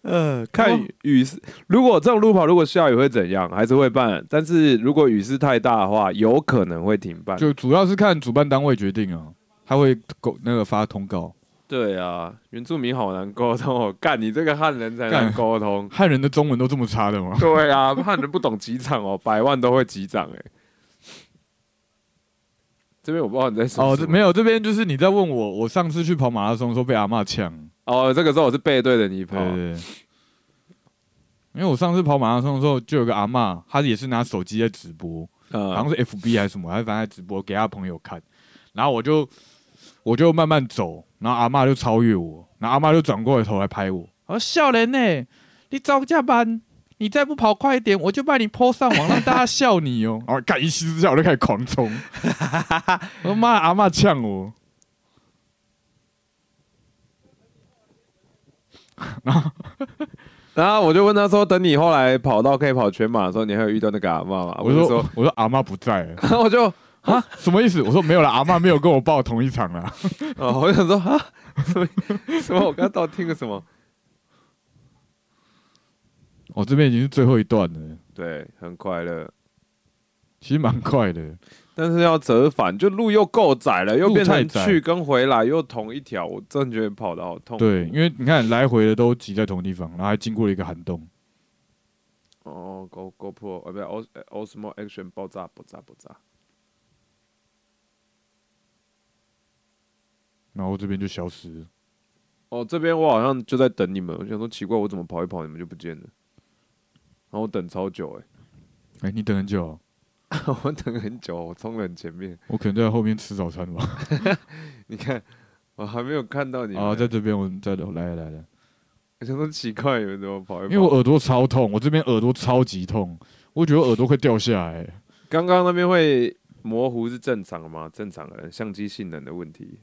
A: 呃，看雨雨是，如果这种路跑如果下雨会怎样，还是会办，但是如果雨势太大的话，有可能会停办。
B: 就主要是看主办单位决定啊，他会公那个发通告。
A: 对啊，原住民好难沟通哦，干你这个汉人才难
B: 干。
A: 沟通 (laughs)
B: 汉人的中文都这么差的吗？
A: 对啊，汉人不懂击掌哦，百万都会击掌哎。这边我不知道你在说
B: (laughs) 哦，
A: 什
B: 这
A: 么
B: (laughs) 没有，这边就是你在问我，我上次去跑马拉松的时候被阿嬷呛，
A: 哦，这个时候我是背对着你跑
B: 对，对对因为我上次跑马拉松的时候，就有个阿嬷，她也是拿手机在直播，好
A: 嗯
B: 像是 FB 还是什么，她反正在直播给她朋友看，然后我就我就慢慢走，然后阿嬷就超越我，然后阿嬷就转过头来拍我，我说笑人呢，你早下班，你再不跑快一点，我就把你泼上网，让大家笑你哦。 (laughs) 然后干一气之下，我就开始狂 (laughs) 冲，我说妈，阿嬷呛我。
A: 然后我就问他说，等你后来跑到可以跑全马的时候，你还有遇到那个阿嬷吗？
B: 我
A: 就
B: 啊说
A: 说，
B: 我说阿妈不在了
A: 我 (laughs) 就
B: 啊，什么意思？我说没有了，阿妈没有跟我报同一场啦。
A: (laughs) 哦，我想说啊，什么什么？我刚刚到底听个什么？ (laughs)
B: 我、这边已经是最后一段了，
A: 对，很快乐，
B: 其实蛮快的。
A: 但是要折返，就路又够窄了，又变
B: 路太
A: 成
B: 窄
A: 去跟回来又同一条，我真的觉得跑的好痛。
B: 对，因为你看来回的都挤在同地方，然后还经过了一个寒冬。
A: 哦，Go GoPro，呃，不是 O Osmo Action 爆炸爆炸爆炸，
B: 然后这边就消失了。
A: 哦，这边我好像就在等你们，我想说奇怪，我怎么跑一跑你们就不见了？然后我等超久哎、
B: 哎、你等很久哦、
A: (laughs) 我等很久，我冲了很前面。
B: 我可能在后面吃早餐
A: (laughs)
B: 吧。
A: 你看，我还没有看到你们。
B: 啊，在这边我在来来来，
A: 我想说奇怪，你们怎么跑一跑？
B: 因为我耳朵超痛，我这边耳朵超级痛，我觉得我耳朵快掉下来。
A: 刚刚那边会模糊是正常的吗？正常的，相机性能的问题。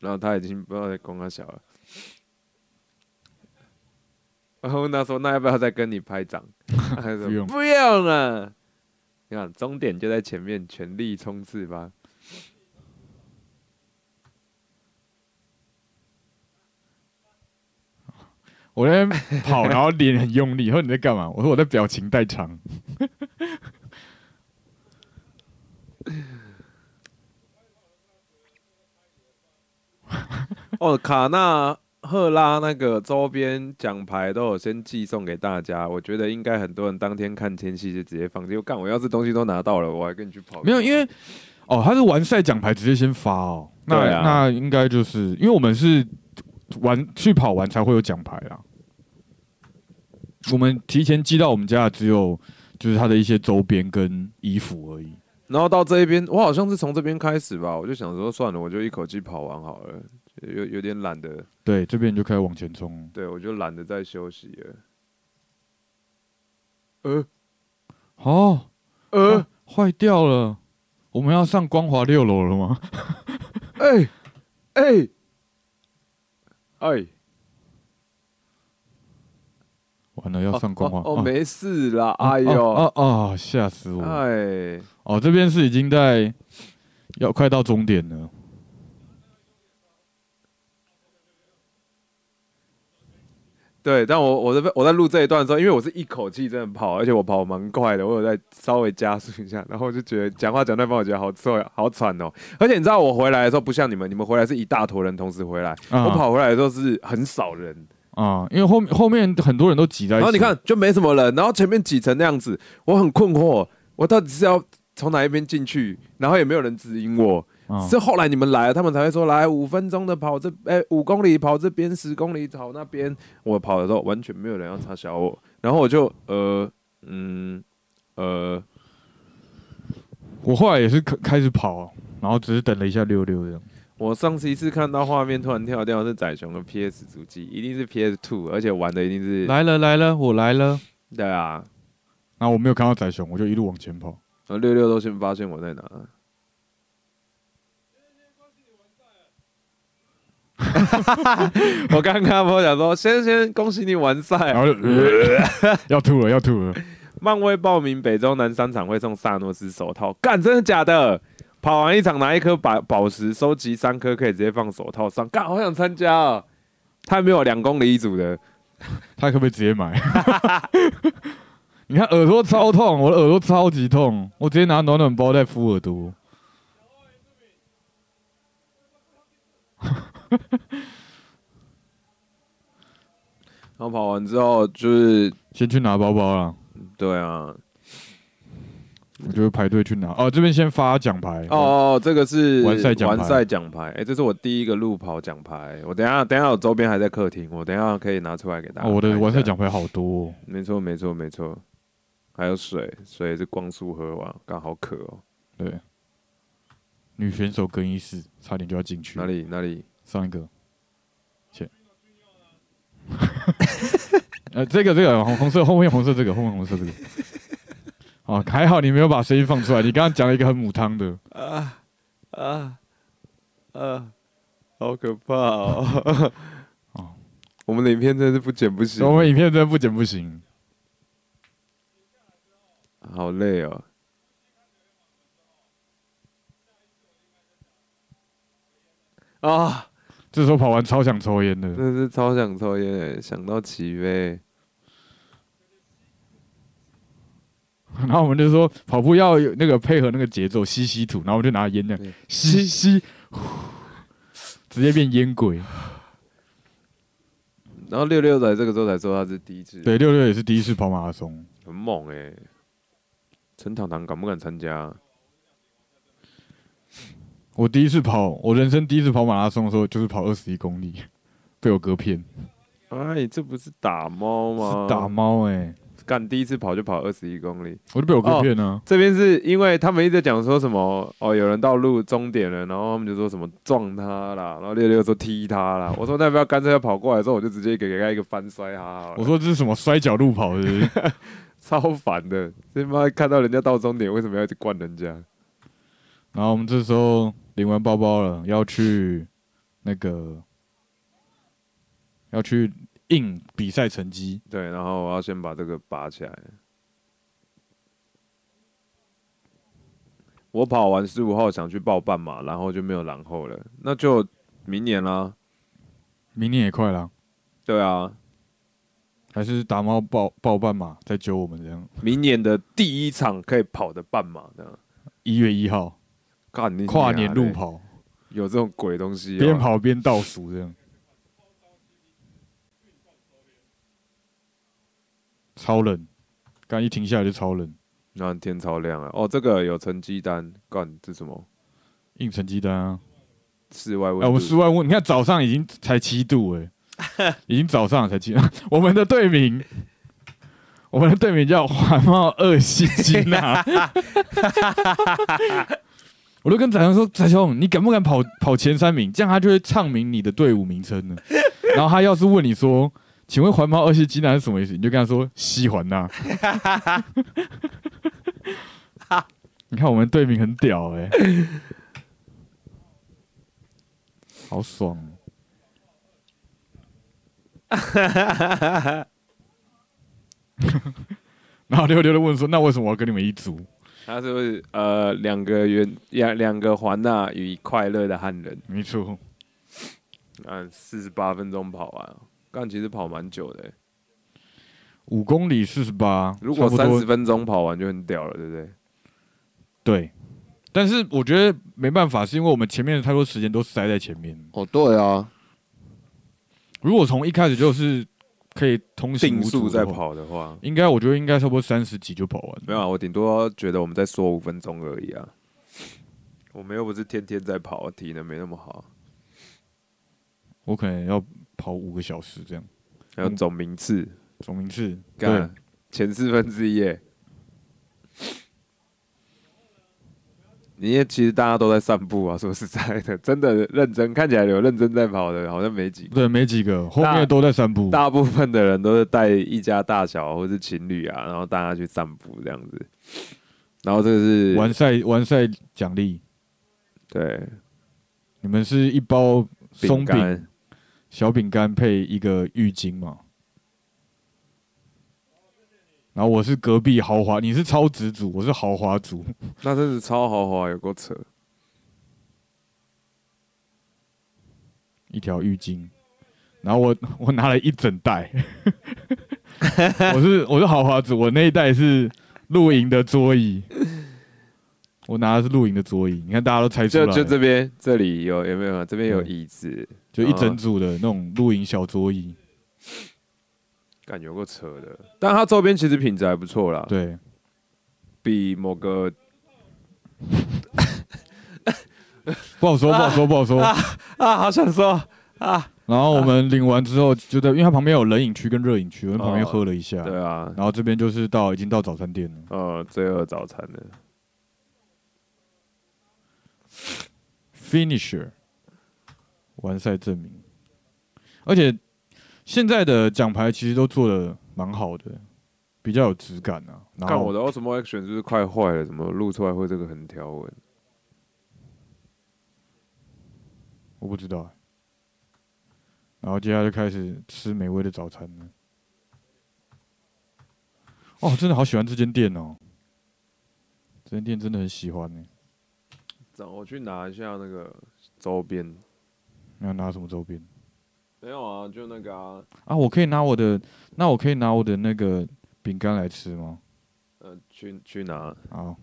A: 然后他已经不知道在攻他小了。然后问他说：“那要不要再跟你拍
B: (laughs)
A: 掌？”他说
B: 不用
A: 不用了。你看，终点就在前面，全力冲刺吧。
B: 我在那
A: (laughs)
B: 边跑，然后脸很用力。然后你在干嘛？我说我在表情代偿。
A: 哦，卡纳赫拉那个周边奖牌都有先寄送给大家，我觉得应该很多人当天看天气就直接放弃。我干，我要是东西都拿到了，我还跟你去跑。
B: 没有，因为哦，他是完赛奖牌直接先发哦。那、
A: 对啊
B: 那应该就是因为我们是玩去跑完才会有奖牌啦。我们提前寄到我们家的只有就是他的一些周边跟衣服而已。
A: 然后到这一边，我好像是从这边开始吧，我就想说算了，我就一口气跑完好了，就有有点懒得，
B: 对，这边你就开始往前冲。
A: 对我就懒得再休息了。呃
B: 哦，
A: 呃，
B: 坏掉了，我们要上光华六楼了吗？
A: 哎哎哎，
B: (laughs) 完了，要上光华。
A: 哦哦
B: 啊
A: 哦，没事啦，
B: 啊
A: 哎呦，
B: 啊啊！啊吓、死我！
A: 哎，
B: 哦，这边是已经在要快到终点了。
A: 对，但我我在我在录这一段的时候，因为我是一口气真的跑，而且我跑蛮快的，我有在稍微加速一下，然后我就觉得讲话讲到一半，我觉得好臭呀，好喘哦。而且你知道我回来的时候不像你们，你们回来是一大坨人同时回来，
B: 啊
A: 我跑回来的时候是很少人，
B: 啊、因为后面后面很多人都挤在一起。
A: 然后你看就没什么人，然后前面挤成那样子，我很困惑，我到底是要从哪一边进去，然后也没有人指引我，
B: 啊，
A: 是后来你们来了，他们才会说来五分钟的跑这，哎、五公里跑这边，十公里跑那边。我跑的时候完全没有人要插小我，然后我就呃嗯呃，
B: 我后来也是开开始跑，然后只是等了一下六六这样。
A: 我上次一次看到画面突然跳掉是仔熊的 PS 主机，一定是 PS Two，而且玩的一定是
B: 来了来了，我来了。
A: 对啊。
B: 然后我没有看到仔熊，我就一路往前跑。
A: 然后六六都先发现我在哪， (laughs) 我刚刚我想说，先先恭喜你完赛啊
B: 然，后就、呃 (laughs) 要吐了要吐了。
A: 漫威报名北中南三场会送萨诺斯手套，干真的假的？跑完一场拿一颗宝宝石，收集三颗可以直接放手套上，干好想参加哦！他没有两公里一组的，
B: 他可不可以直接买？ (laughs) 你看耳朵超痛，我的耳朵超级痛，我直接拿暖暖包在敷耳朵。
A: 然后跑完之后就是
B: 先去拿包包啦，
A: 对啊，
B: 我就会排队去拿。哦，这边先发奖牌。
A: 哦，哦，这个是
B: 完赛奖牌
A: 完赛奖牌，哎、这是我第一个路跑奖牌，我等一下等一下我周边还在客厅，我等一下可以拿出来给大家、
B: 哦我的完赛，奖牌好多、哦。
A: 没错没错没错，还有水，水是光速喝完，刚好渴哦，
B: 对，女选手更衣室差点就要进去。
A: 哪？里哪里。
B: 上一个，切。 (laughs) 呃，这个这个红红色后面红色这个后面红色这个。哦，还好你没有把声音放出来。你刚刚讲了一个很母汤的，
A: 啊啊啊！好可怕哦！
B: (laughs) 哦
A: 我们的影片真的是不剪不行
B: 我，们影片真的不剪不行。
A: 好累哦。啊，
B: 这时候跑完超想抽烟
A: 真
B: 的，
A: 的是超想抽烟诶，想到起飞。
B: 然后我们就说跑步要有那个配合那个节奏，吸吸吐，然后我们就拿烟这
A: 对
B: 样吸吸，呼直接变烟鬼。
A: 然后六六仔这个时候才说他是第一次，
B: 对，六六也是第一次跑马拉松，
A: 很猛欸诶。陈糖糖敢不敢参加？
B: 我第一次跑，我人生第一次跑马拉松的时候，就是跑二十一公里，被我哥骗，
A: 哎，这不是打猫吗？
B: 是打猫哎、
A: 干第一次跑就跑二十一公里。
B: 我就啊被我哥骗了、
A: 这边是因为他们一直讲说什么哦，有人到路终点了，然后他们就说什么撞他啦，然后六六说踢他啦。我说那要不要干脆要跑过来之后，我就直接给给他一个翻摔哈好了。
B: 我说这是什么摔跤路跑是 (laughs) 不是？
A: 超烦的，他妈看到人家到终点，为什么要去灌人家？
B: 然后我们这时候领完包包了，要去那个要去印比赛成绩，
A: 对，然后我要先把这个拔起来。我跑完十五号想去报半马，然后就没有然后了，那就明年啦。
B: 明年也快了，
A: 对啊，
B: 还是打猫报报半马再揪我们这样。
A: 明年的第一场可以跑的半马这样。
B: 一月一号
A: 干你
B: 跨年路
A: 娘嘞
B: 跑，
A: 有这种鬼东西、哦，
B: 边跑边倒数这样。超冷，刚一停下来就超冷，
A: 那天超亮啊！哦，这个有成绩单，干这什么
B: 印成绩单啊！
A: 室外温
B: 哎、我们
A: 度
B: 室外温，你看早上已经才七度哎、已经早上才七。 (laughs) 我们的队名，我们的队名叫环贸二西金啊。我都跟宰雄说，宰雄，你敢不敢跑跑前三名？这样他就会唱明你的队伍名称了。然后他要是问你说，请问环贸二西金娜是什么意思？你就跟他说西环呐、你看我们队名很屌哎、好爽、哦。 (laughs) 然后溜溜的问说：“那为什么我要跟你们一组
A: 他是不是呃两个圆两两个环呐与快乐的汉人？”
B: 没错，
A: 嗯，四十八分钟跑完，干其实跑蛮久的欸、
B: 五公里四十八，
A: 如果
B: 差不多
A: 三十分钟跑完就很屌了，对不对？
B: 对，但是我觉得没办法，是因为我们前面的太多时间都塞在前面。
C: 哦，对啊，
B: 如果从一开始就是可以通行
A: 定
B: 无阻
A: 速在
B: 的话，
A: 跑的话，
B: 应该我觉得应该差不多三十几就跑完了。
A: 没有、啊，我顶多觉得我们再缩五分钟而已啊。我们又不是天天在跑，啊体能没那么好，
B: 我可能要跑五个小时这样，
A: 还要
B: 嗯
A: 总名次，
B: 总名次。对
A: 干，前四分之一耶。因为其实大家都在散步啊，说实在的，真的认真看起来有认真在跑的，好像没几个。
B: 对，没几个，后面都在散步。
A: 大部分的人都是带一家大小或是情侣啊，然后大家去散步这样子。然后这个是
B: 完赛完赛奖励，
A: 对
B: 你们是一包松
A: 饼
B: 饼
A: 干，
B: 小饼干配一个浴巾嘛。然后我是隔壁豪华，你是超值组，我是豪华组。
A: 那真是超豪华，有够扯。
B: 一条浴巾，然后我 (laughs) 我拿了一整袋， (laughs) 我是我是豪华组，我那一袋是露营的桌椅，我拿的是露营的桌椅，你看大家都猜出来
A: 就
B: 了，
A: 就这边这里有有没有？这边有
B: 嗯
A: 椅子，
B: 就一
A: 啊
B: 整组的那种露营小桌椅，
A: 感觉有够扯的。但它周边其实品质还不错啦，
B: 对，
A: 比某个
B: 不好说不好说不好说。
A: 啊，好想说啊，
B: 然后我们领完之后，就在因为它旁边有冷饮区跟热饮区，我们旁边喝了一下，
A: 对啊，
B: 然后这边就是到已经到早餐店了，
A: 呃，罪恶早餐的
B: finisher 完赛证明，而且现在的奖牌其实都做的蛮好的，比较有质感啊。然
A: 看我
B: 后
A: 的 Osmo Action 是不是快坏了？怎么录出来会这个横条纹？
B: 我不知道欸、然后接下来就开始吃美味的早餐了。哦，真的好喜欢这间店哦，这间店真的很喜欢呢、欸
A: 找我去拿一下那个周边。
B: 你要拿什么周边
A: 没有啊，就那个啊，
B: 啊？我可以拿我的，那我可以拿我的那个饼干来吃吗？
A: 呃，去去拿。
B: 好，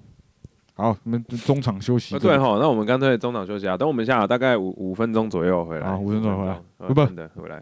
B: 好，我们中场休息。
A: 啊、对哈，那我们干脆中场休息啊，等我们一下，大概五五分钟左右回来。
B: 好五分钟回来
A: 呃
B: 不不
A: 真的回来。